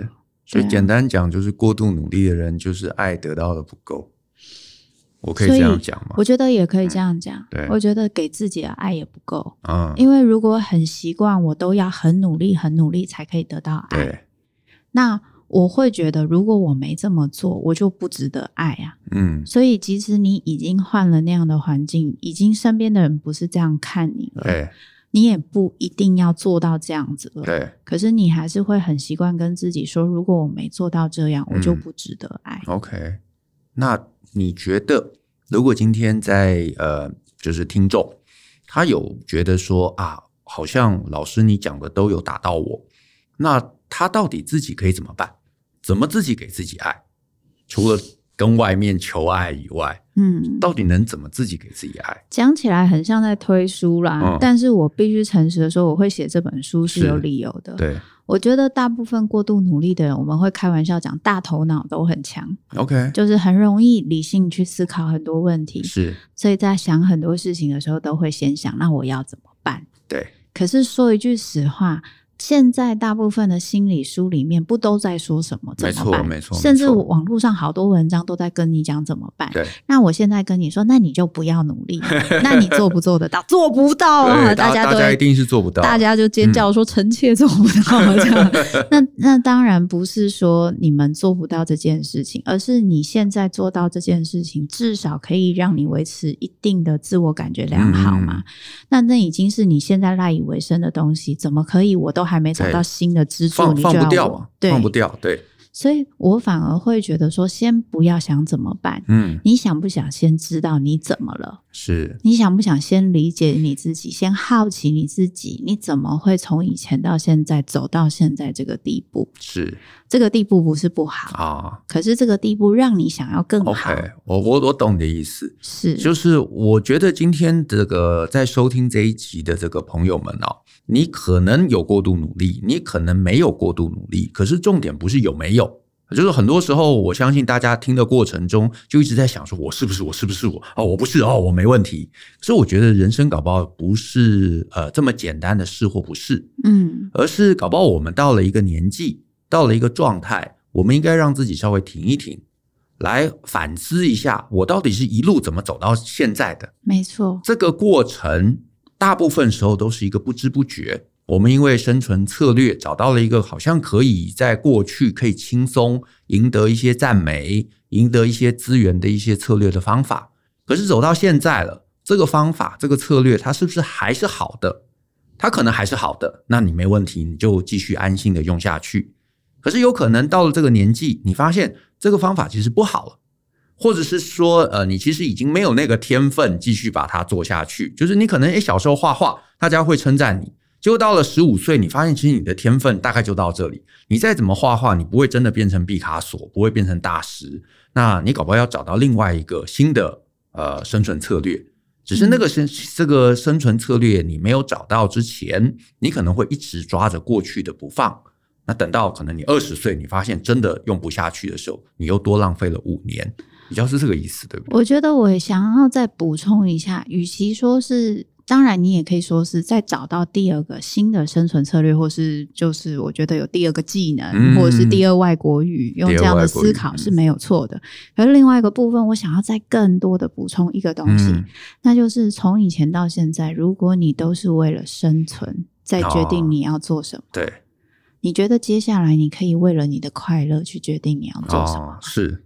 所以对啊简单讲就是过度努力的人，就是爱得到的不够。我可以所这以样讲吗我？觉得也可以这样讲。嗯对我觉得给自己的爱也不够，啊，因为如果很习惯我都要很努力、很努力才可以得到爱，对，那我会觉得如果我没这么做，我就不值得爱啊。嗯，所以，即使你已经换了那样的环境，已经身边的人不是这样看你了，对你也不一定要做到这样子了。哎对可是你还是会很习惯跟自己说，如果我没做到这样，嗯我就不值得爱。 ，OK。那你觉得，如果今天在呃，就是听众，他有觉得说啊，好像老师你讲的都有打到我，那他到底自己可以怎么办？怎么自己给自己爱？除了跟外面求爱以外，嗯，到底能怎么自己给自己爱？讲起来很像在推书啦，嗯但是我必须诚实的说，我会写这本书是是有理由的。对我觉得大部分过度努力的人，我们会开玩笑讲大头脑都很强， ，OK，就是很容易理性去思考很多问题，是所以在想很多事情的时候，都会先想那我要怎么办。对，可是说一句实话，现在大部分的心理书里面不都在说什么没怎错么办？没错甚至没错网络上好多文章都在跟你讲怎么 办。对，那我现在跟你说，那你就不要努力，那你做不做 得到？做不到啊！对大家大都家会一定是做不到大家就尖嗯叫说：“臣妾做不到。” 这样，那那当然不是说你们做不到这件事情，而是你现在做到这件事情，至少可以让你维持一定的自我感觉良好嘛。嗯那那已经是你现在赖以为生的东西，怎么可以？我都还没找到对新的支柱，放你就放不要掉我嘛，对放不掉，对，所以我反而会觉得说，先不要想怎么办，嗯，你想不想先知道你怎么了？是你想不想先理解你自己，先好奇你自己，你怎么会从以前到现在走到现在这个地步？是这个地步不是不好，啊可是这个地步让你想要更好， ，OK，我我我懂你的意思，是就是我觉得今天这个在收听这一集的这个朋友们哦，你可能有过度努力，你可能没有过度努力，可是重点不是有没有。就是很多时候，我相信大家听的过程中，就一直在想说：我是不是？我是不是我？哦，我不是哦，我没问题。所以我觉得人生搞不好不是呃这么简单的是或不是，嗯而是搞不好我们到了一个年纪，到了一个状态，我们应该让自己稍微停一停，来反思一下，我到底是一路怎么走到现在的。没错，这个过程大部分时候都是一个不知不觉。我们因为生存策略找到了一个好像可以在过去可以轻松赢得一些赞美、赢得一些资源的一些策略的方法，可是走到现在了，这个方法、这个策略它是不是还是好的？它可能还是好的，那你没问题，你就继续安心的用下去。可是有可能到了这个年纪，你发现这个方法其实不好了。或者是说，呃，你其实已经没有那个天分继续把它做下去。就是你可能诶小时候画画，大家会称赞你，结果到了十五岁，你发现其实你的天分大概就到这里。你再怎么画画，你不会真的变成毕卡索，不会变成大师。那你搞不好要找到另外一个新的呃生存策略。只是那个生、这个生存策略你没有找到之前，你可能会一直抓着过去的不放。那等到可能你二十岁，你发现真的用不下去的时候，你又多浪费了五年。比较是这个意思，对不对？我觉得我也想要再补充一下，与其说是，当然你也可以说是在找到第二个新的生存策略，或是就是我觉得有第二个技能，嗯或者是第二外国语，嗯用这样的思考是没有错的。可是另外一个部分，我想要再更多的补充一个东西，嗯那就是从以前到现在，如果你都是为了生存在决哦定你要做什么，对，你觉得接下来你可以为了你的快乐去决定你要做什么吗？哦，是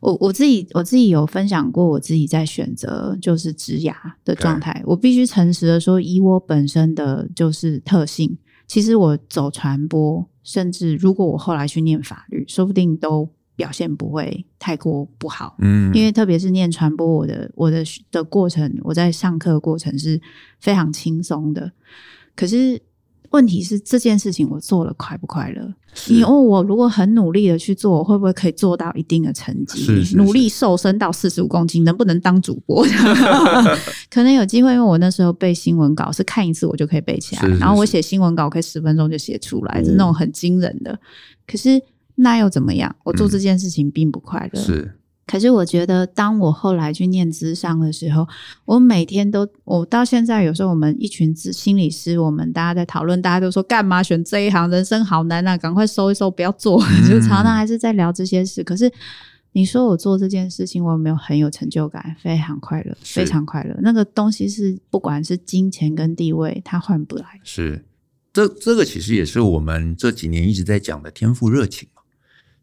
我我自己我自己有分享过，我自己在选择就是职涯的状态。我必须诚实的说，以我本身的就是特性，其实我走传播，甚至如果我后来去念法律，说不定都表现不会太过不好。嗯，因为特别是念传播，我的我的的过程，我在上课的过程是非常轻松的。可是问题是这件事情我做了快不快乐？是你问哦我如果很努力的去做，我会不会可以做到一定的成绩？是是努力瘦身到四十五公斤，能不能当主播？ 可能有机会，因为我那时候背新闻稿是看一次我就可以背起来，是是然后我是写新闻稿可以十分钟就写出来，哦是那种很惊人的。可是那又怎么样？我嗯做这件事情并不快乐。是可是我觉得，当我后来去念咨商的时候，我每天都，我到现在有时候我们一群咨心理师，我们大家在讨论，大家都说干嘛选这一行，人生好难啊，赶快收一收，不要做。嗯就常常还是在聊这些事。可是你说我做这件事情，我有没有很有成就感？非常快乐，是非常快乐。那个东西是不管是金钱跟地位，它换不来。是，这这个其实也是我们这几年一直在讲的天赋热情嘛，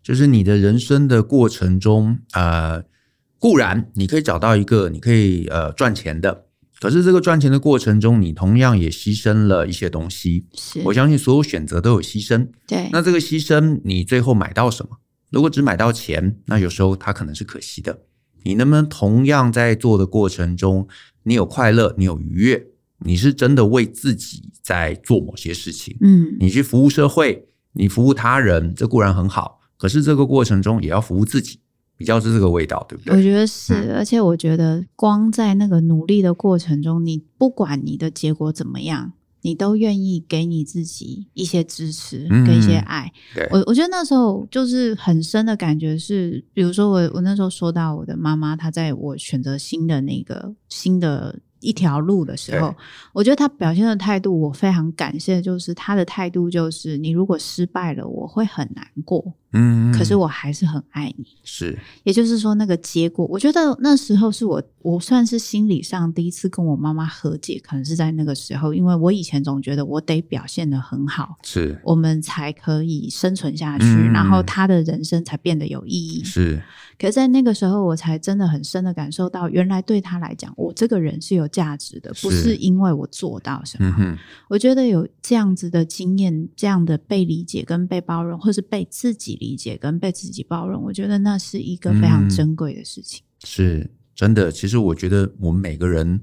就是你的人生的过程中，呃，固然你可以找到一个你可以呃赚钱的，可是这个赚钱的过程中，你同样也牺牲了一些东西。是，我相信所有选择都有牺牲，对，那这个牺牲，你最后买到什么？如果只买到钱，那有时候它可能是可惜的。你能不能同样在做的过程中，你有快乐，你有愉悦，你是真的为自己在做某些事情？嗯，你去服务社会，你服务他人，这固然很好，可是这个过程中也要服务自己，比较是这个味道，对不我对？嗯觉得是，而且我觉得光在那个努力的过程中，你不管你的结果怎么样，你都愿意给你自己一些支持嗯跟一些爱。对，我我觉得那时候就是很深的感觉是，比如说我我那时候说到我的妈妈，她在我选择新的那个新的。一条路的时候对，我觉得她表现的态度，我非常感谢。就是她的态度，就是你如果失败了，我会很难过，嗯可是我还是很爱你。是也就是说，那个结果，我觉得那时候是我，我算是心理上第一次跟我妈妈和解，可能是在那个时候，因为我以前总觉得我得表现的很好，是我们才可以生存下去，嗯然后她的人生才变得有意义。是，可是在那个时候，我才真的很深的感受到，原来对她来讲，我这个人是有价值的，不是是因为我做到什么。嗯哼，我觉得有这样子的经验，这样的被理解跟被包容，或是被嗯自己理解跟被自己包容，我觉得那是一个非常珍贵的事情。是。真的，其实我觉得我们每个人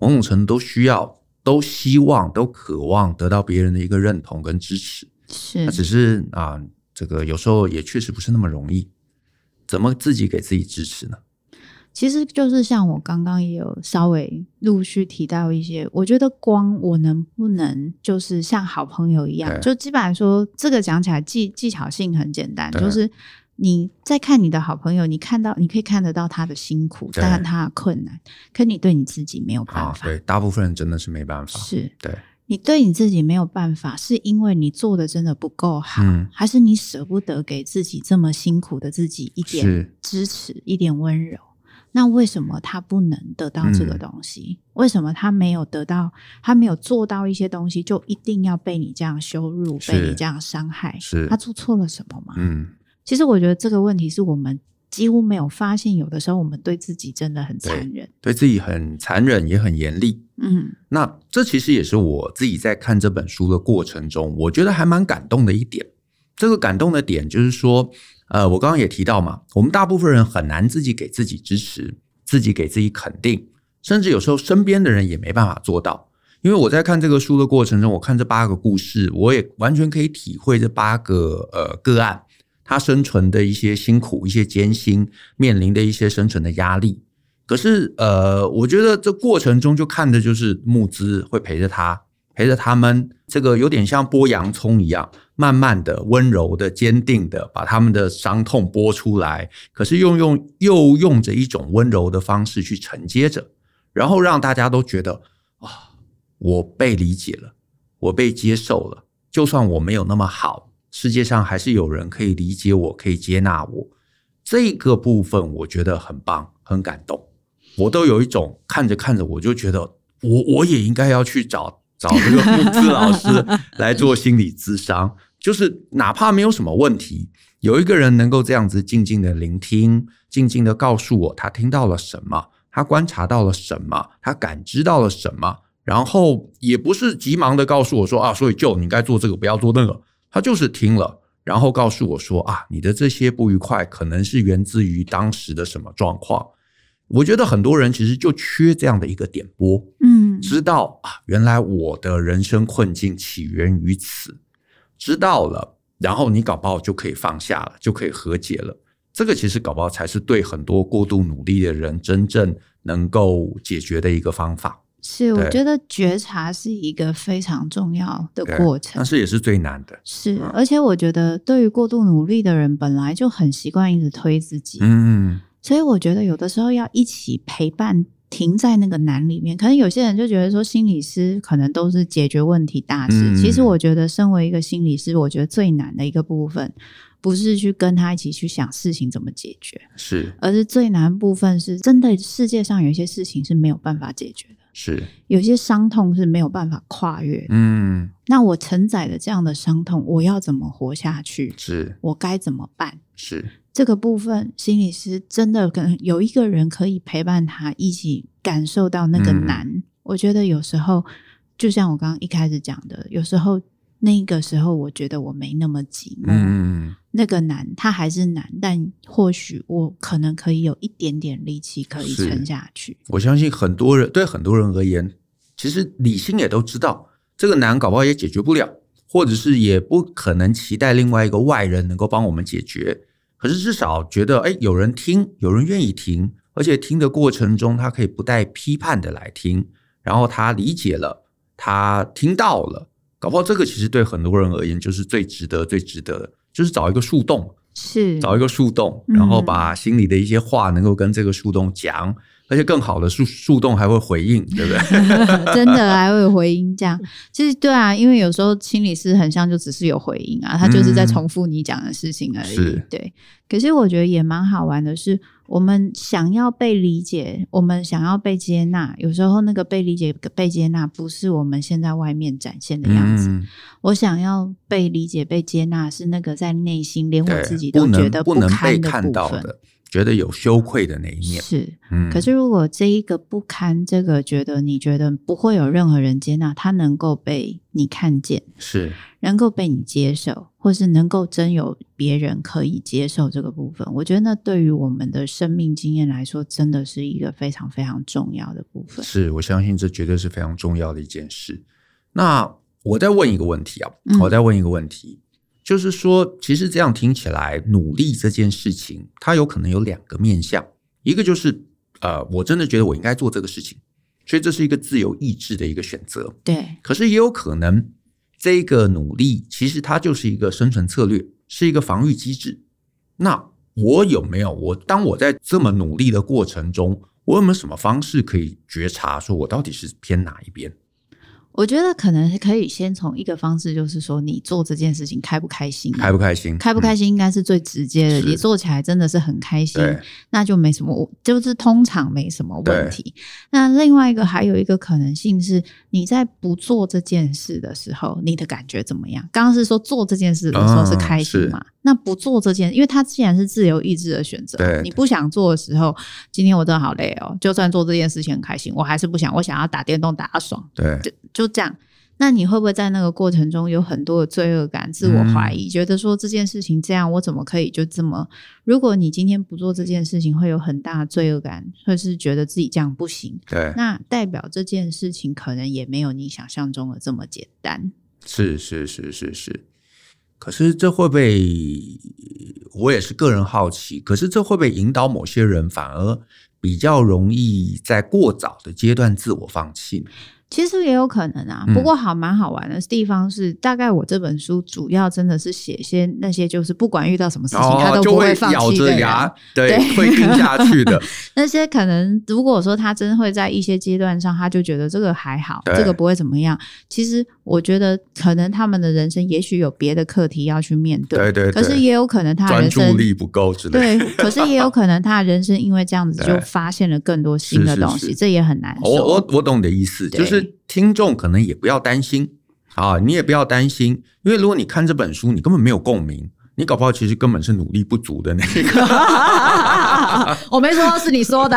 某种程度都需要、都希望、都渴望得到别人的一个认同跟支持。是那只是啊、这个有时候也确实不是那么容易。怎么自己给自己支持呢？其实就是像我刚刚也有稍微陆续提到一些，我觉得光我能不能就是像好朋友一样，对就基本来说，这个讲起来技技巧性很简单，对就是你在看你的好朋友，你看到你可以看得到他的辛苦，对但他的困难，可你对你自己没有办啊，法，对，大部分人真的是没办法。是对，你对你自己没有办法，是因为你做的真的不够好，嗯，还是你舍不得给自己这么辛苦的自己一点是支持一点温柔。那为什么他不能得到这个嗯东西？为什么他没有得到，他没有做到一些东西，就一定要被你这样羞辱，是被你这样伤害？是他，做错了什么吗？嗯，其实我觉得这个问题是我们几乎没有发现，有的时候我们对自己真的很残忍。对自己很残忍，也很严厉。嗯，那这其实也是我自己在看这本书的过程中，我觉得还蛮感动的一点。这个感动的点就是说，呃，我刚刚也提到嘛，我们大部分人很难自己给自己支持，自己给自己肯定，甚至有时候身边的人也没办法做到。因为我在看这个书的过程中，我看这八个故事，我也完全可以体会这八个呃个案他生存的一些辛苦、一些艰辛，面临的一些生存的压力。可是呃，我觉得这过程中就看的就是募资会陪着他，陪着他们，这个有点像剥洋葱一样，慢慢的、温柔的、坚定的把他们的伤痛剥出来，可是又用又用着一种温柔的方式去承接着，然后让大家都觉得啊、我被理解了，我被接受了，就算我没有那么好，世界上还是有人可以理解我，可以接纳我。这个部分我觉得很棒，很感动。我都有一种看着看着我就觉得我我也应该要去找找这个募资老师来做心理咨商， 就是哪怕没有什么问题，有一个人能够这样子静静的聆听，静静的告诉我他听到了什么，他观察到了什么，他感知到了什么，然后也不是急忙的告诉我说啊，所以就你应该做这个，不要做那个，他就是听了。然后告诉我说啊，你的这些不愉快可能是源自于当时的什么状况。我觉得很多人其实就缺这样的一个点拨，嗯，知道啊，原来我的人生困境起源于此，知道了，然后你搞不好就可以放下了，就可以和解了。这个其实搞不好才是对很多过度努力的人真正能够解决的一个方法，是我对觉得觉察是一个非常重要的对过程但。是也是最难的。是嗯，而且我觉得对于过度努力的人，本来就很习惯一直推自己，嗯，所以我觉得有的时候要一起陪伴，停在那个难里面。可能有些人就觉得说，心理师可能都是解决问题大师。嗯其实我觉得，身为一个心理师，我觉得最难的一个部分，不是去跟他一起去想事情怎么解决，是而是最难的部分是真的世界上有一些事情是没有办法解决的，是，有些伤痛是没有办法跨越的。嗯那我承载的这样的伤痛，我要怎么活下去？是我该怎么办？是，这个部分，心理师真的可能有一个人可以陪伴他，一起感受到那个嗯难。我觉得有时候，就像我刚刚一开始讲的，有时候那个时候，我觉得我没那么寂寞。嗯嗯那个难，它还是难，但或许我可能可以有一点点力气可以是撑下去。我相信很多人对很多人而言，其实理性也都知道这个难，搞不好也解决不了，或者是也不可能期待另外一个外人能够帮我们解决。可是至少觉得，哎，有人听，有人愿意听，而且听的过程中，他可以不带批判的来听，然后他理解了，他听到了，搞不好这个其实对很多人而言就是最值得、最值得的，就是找一个树洞，是，找一个树洞，然后把心里的一些话能够跟这个树洞讲，而且更好的树树洞还会回应，对不对？ 真的还会有回音这样。其实对啊，因为有时候心理师很像就只是有回应啊，他就是在重复你讲的事情而已。嗯是对，可是我觉得也蛮好玩的是，我们想要被理解，我们想要被接纳，有时候那个被理解、被接纳不是我们现在外面展现的样子。嗯，我想要被理解、被接纳，是那个在内心连我对，自己不都觉能得不能堪被的看部到分。的，觉得有羞愧的那一面。是。嗯，可是如果这一个不堪，这个觉得你觉得不会有任何人接纳，它能够被你看见，是能够被你接受，或是能够真有别人可以接受这个部分，我觉得那对于我们的生命经验来说，真的是一个非常非常重要的部分。是，我相信这绝对是非常重要的一件事。那我再问一个问题啊，嗯我再问一个问题，就是说，其实这样听起来，努力这件事情，它有可能有两个面向，一个就是呃，我真的觉得我应该做这个事情，所以这是一个自由意志的一个选择。对，可是也有可能，这个努力其实它就是一个生存策略，是一个防御机制。那我有没有我当我在这么努力的过程中，我有没有什么方式可以觉察，说我到底是偏哪一边？我觉得可能可以先从一个方式，就是说你做这件事情开不开心、啊开不开心？开不开心应该是最直接的，是你做起来真的是很开心，对，那就没什么，就是通常没什么问对题。那另外一个还有一个可能性是，你在不做这件事的时候，你的感觉怎么样？刚刚是说做这件事的时候嗯是开心嘛？那不做这件，因为它既然是自由意志的选择对，你不想做的时候，今天我真的好累哦，就算做这件事情很开心，我还是不想，我想要打电动打到爽，对，就这样。那你会不会在那个过程中有很多的罪恶感、自我嗯怀疑，觉得说这件事情这样，我怎么可以就这么？如果你今天不做这件事情，会有很大的罪恶感，或是觉得自己这样不行，对，那代表这件事情可能也没有你想象中的这么简单。是是是是是。可是这会不会？我也是个人好奇，可是这会不会引导某些人反而比较容易在过早的阶段自我放弃呢？其实也有可能啊嗯，不过好蛮好玩的地方是，大概我这本书主要真的是写一些那些就是不管遇到什么事情、他都哦就不会放咬弃的着人牙，对，对会定下去 的，那些可能，如果说他真会在一些阶段上，他就觉得这个还好，对这个不会怎么样。其实我觉得，可能他们的人生也许有别的课题要去面对，对对对可是也有可能他的人生不够之的。 对，可是也有可能他的人生因为这样子对就发现了更多新是的是东西，是这也很难说。我我我懂你的意思，对就是听众可能也不要担心啊，你也不要担心，因为如果你看这本书，你根本没有共鸣，你搞不好其实根本是努力不足的那 个。 我没说是你说 的，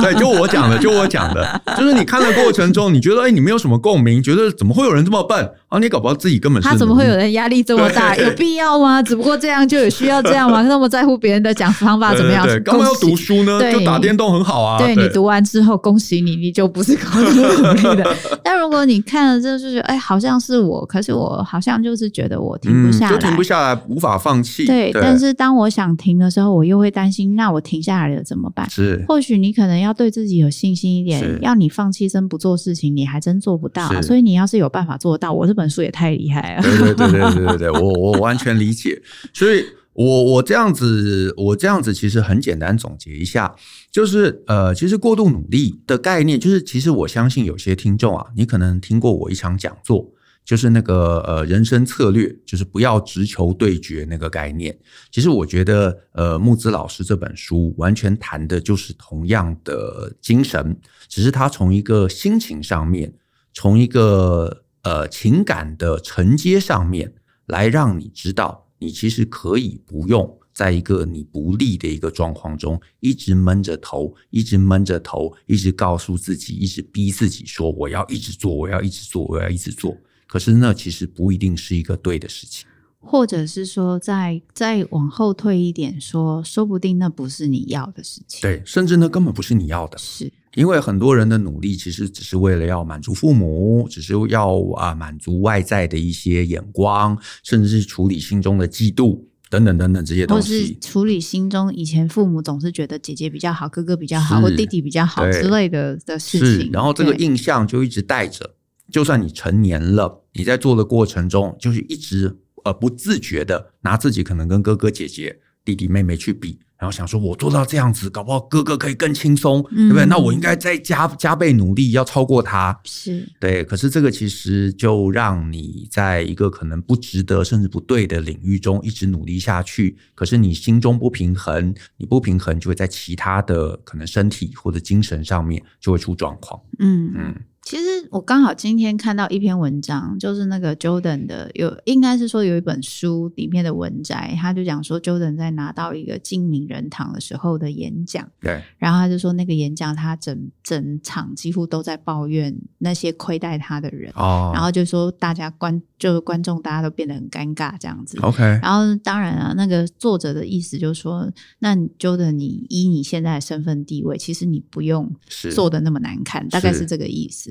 对，就我讲的，就我讲的，就是你看的过程中，你觉得哎，你没有什么共鸣，觉得怎么会有人这么笨啊？你搞不好自己根本是嗯他怎么会有努力人压力这么大？对有必要吗？只不过这样就有需要这样吗？那么在乎别人的讲方法怎么样？对对对，干嘛要恭喜读书呢？对就打电动很好啊。对你读完之后，恭喜你，你就不是高度努力的。 但如果你看了，就是觉得哎，好像是我，可是我好像就是觉得我停不嗯，下就来，停不下来，无法放弃。对，但是当我想停的时候，我又会担心，那我停下来了怎么办？是或许你可能要对自己有信心一是点，要你放弃真不做事情，你还真做不到、啊。是所以你要是有办法做得到，我这本书也太厉害了。 对对对对对对对，我我完全理解。所以我我这样子，我这样子其实很简单总结一下，就是呃，其实过度努力的概念，就是其实我相信有些听众啊，你可能听过我一场讲座。就是那个呃，人生策略，就是不要直球对决那个概念。其实我觉得，呃，木子老师这本书完全谈的就是同样的精神，只是他从一个心情上面，从一个呃情感的承接上面，来让你知道，你其实可以不用在一个你不利的一个状况中，一直闷着头，一直闷着头，一直告诉自己，一直逼自己说我要一直做，我要一直做，我要一直做。可是那其实不一定是一个对的事情。或者是说再再往后退一点说，说不定那不是你要的事情。，对，甚至那根本不是你要的。是。因为很多人的努力其实只是为了要满足父母，只是要啊满足外在的一些眼光，甚至是处理心中的嫉妒等等等等这些或东是西。处理心中以前父母总是觉得姐姐比较好，哥哥比较好，是或弟弟比较好对之类的的事是情。，然后这个对印象就一直带着，就算你成年了，你在做的过程中，就是一直呃不自觉的拿自己可能跟哥哥姐姐、弟弟妹妹去比，然后想说我做到这样子，搞不好哥哥可以更轻松，对不对？嗯那我应该再加加倍努力，要超过他。是对，可是这个其实就让你在一个可能不值得甚至不对的领域中一直努力下去，可是你心中不平衡，你不平衡就会在其他的可能身体或者精神上面就会出状况。嗯，嗯，其实我刚好今天看到一篇文章，就是那个 Jordan 的有，应该是说有一本书里面的文摘，他就讲说 Jordan 在拿到一个进名人堂的时候的演讲，对，然后他就说那个演讲他整整场几乎都在抱怨那些亏待他的人，哦，然后就说大家观就是观众大家都变得很尴尬这样子。 OK，然后当然啊，那个作者的意思就是说，那 Jordan 你以你现在的身份地位，其实你不用是做的那么难看，大概是这个意思。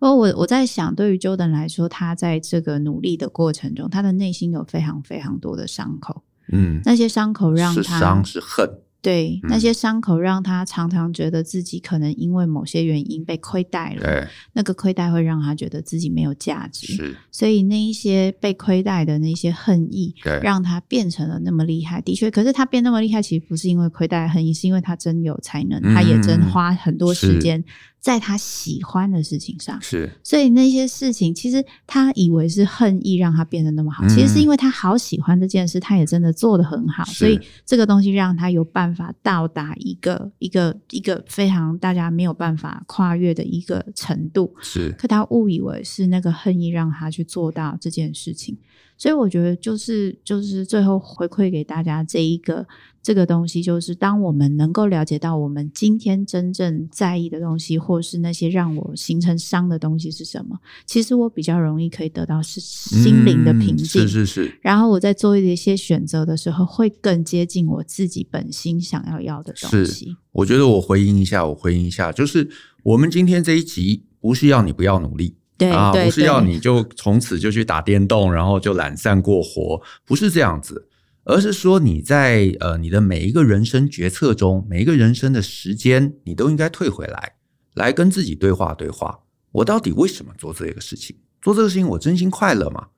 而我我在想，对于 Jordan 来说，他在这个努力的过程中，他的内心有非常非常多的伤口，嗯，那些伤口让是他伤是恨，对嗯那些伤口让他常常觉得自己可能因为某些原因被亏待了，对，那个亏待会让他觉得自己没有价值，哎是，所以那一些被亏待的那些恨意。对，让他变成了那么厉害，的确，可是他变那么厉害，其实不是因为亏待恨意，是因为他真有才能，嗯他也真花很多是时间在他喜欢的事情上。是所以那些事情，其实他以为是恨意让他变得那么好，嗯其实是因为他好喜欢这件事，他也真的做得很好，是所以这个东西让他有办法到达一个一个一个非常大家没有办法跨越的一个程度。是，可他误以为是那个恨意让他去做到这件事情，所以我觉得就是就是最后回馈给大家这一个这个东西，就是当我们能够了解到我们今天真正在意的东西，或是那些让我形成伤的东西是什么，其实我比较容易可以得到是心灵的平嗯静。是是是然后我在做一些选择的时候，会更接近我自己本心想要要的东是西。我觉得我回应一下，我回应一下，就是我们今天这一集不是要你不要努力对啊，对不是要对你就从此就去打电动，然后就懒散过活，不是这样子，而是说你在呃你的每一个人生决策中，每一个人生的时间，你都应该退回来，来跟自己对话对话，我到底为什么做这个事情？做这个事情我真心快乐吗？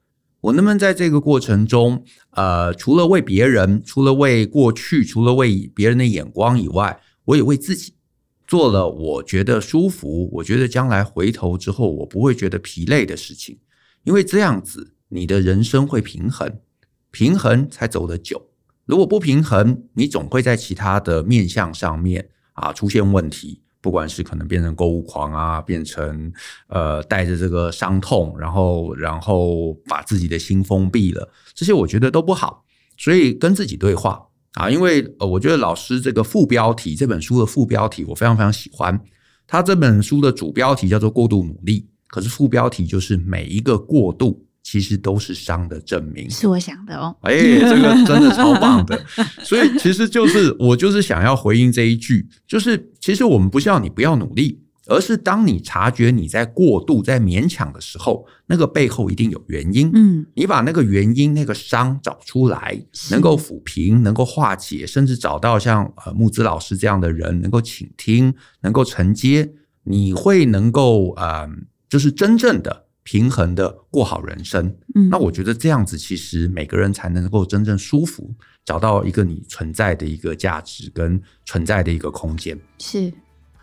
我能不能在这个过程中，呃，除了为别人，除了为过去，除了为别人的眼光以外，我也为自己做了我觉得舒服，我觉得将来回头之后我不会觉得疲累的事情，因为这样子你的人生会平衡，平衡才走得久。如果不平衡，你总会在其他的面向上面啊出现问题，不管是可能变成购物狂啊，变成呃带着这个伤痛，然后然后把自己的心封闭了，这些我觉得都不好。所以跟自己对话啊，因为呃，我觉得老师这个副标题这本书的副标题我非常非常喜欢，他这本书的主标题叫做“过度努力”，可是副标题就是每一个过度其实都是伤的证明。是我想的哦，哎，这个真的超棒的。所以其实就是我就是想要回应这一句，就是其实我们不是要你不要努力，而是当你察觉你在过度、在勉强的时候，那个背后一定有原因。嗯，你把那个原因、那个伤找出来，是能够抚平、能够化解，甚至找到像呃木子老师这样的人，能够倾听、能够承接，你会能够呃，就是真正的平衡的过好人生。嗯那我觉得这样子，其实每个人才能够真正舒服，找到一个你存在的一个价值跟存在的一个空间。是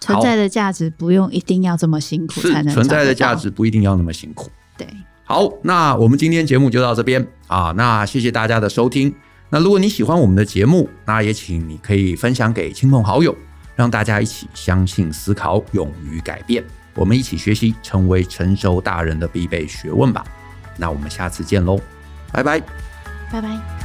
存在的价值，不用一定要这么辛苦是才能存找在得的价到。值不一定要那么辛苦。对，好，那我们今天节目就到这边啊。那谢谢大家的收听。那如果你喜欢我们的节目，那也请你可以分享给亲朋好友，让大家一起相信、思考、勇于改变。我们一起学习，成为成熟大人的必备学问吧。那我们下次见喽，拜拜。拜拜。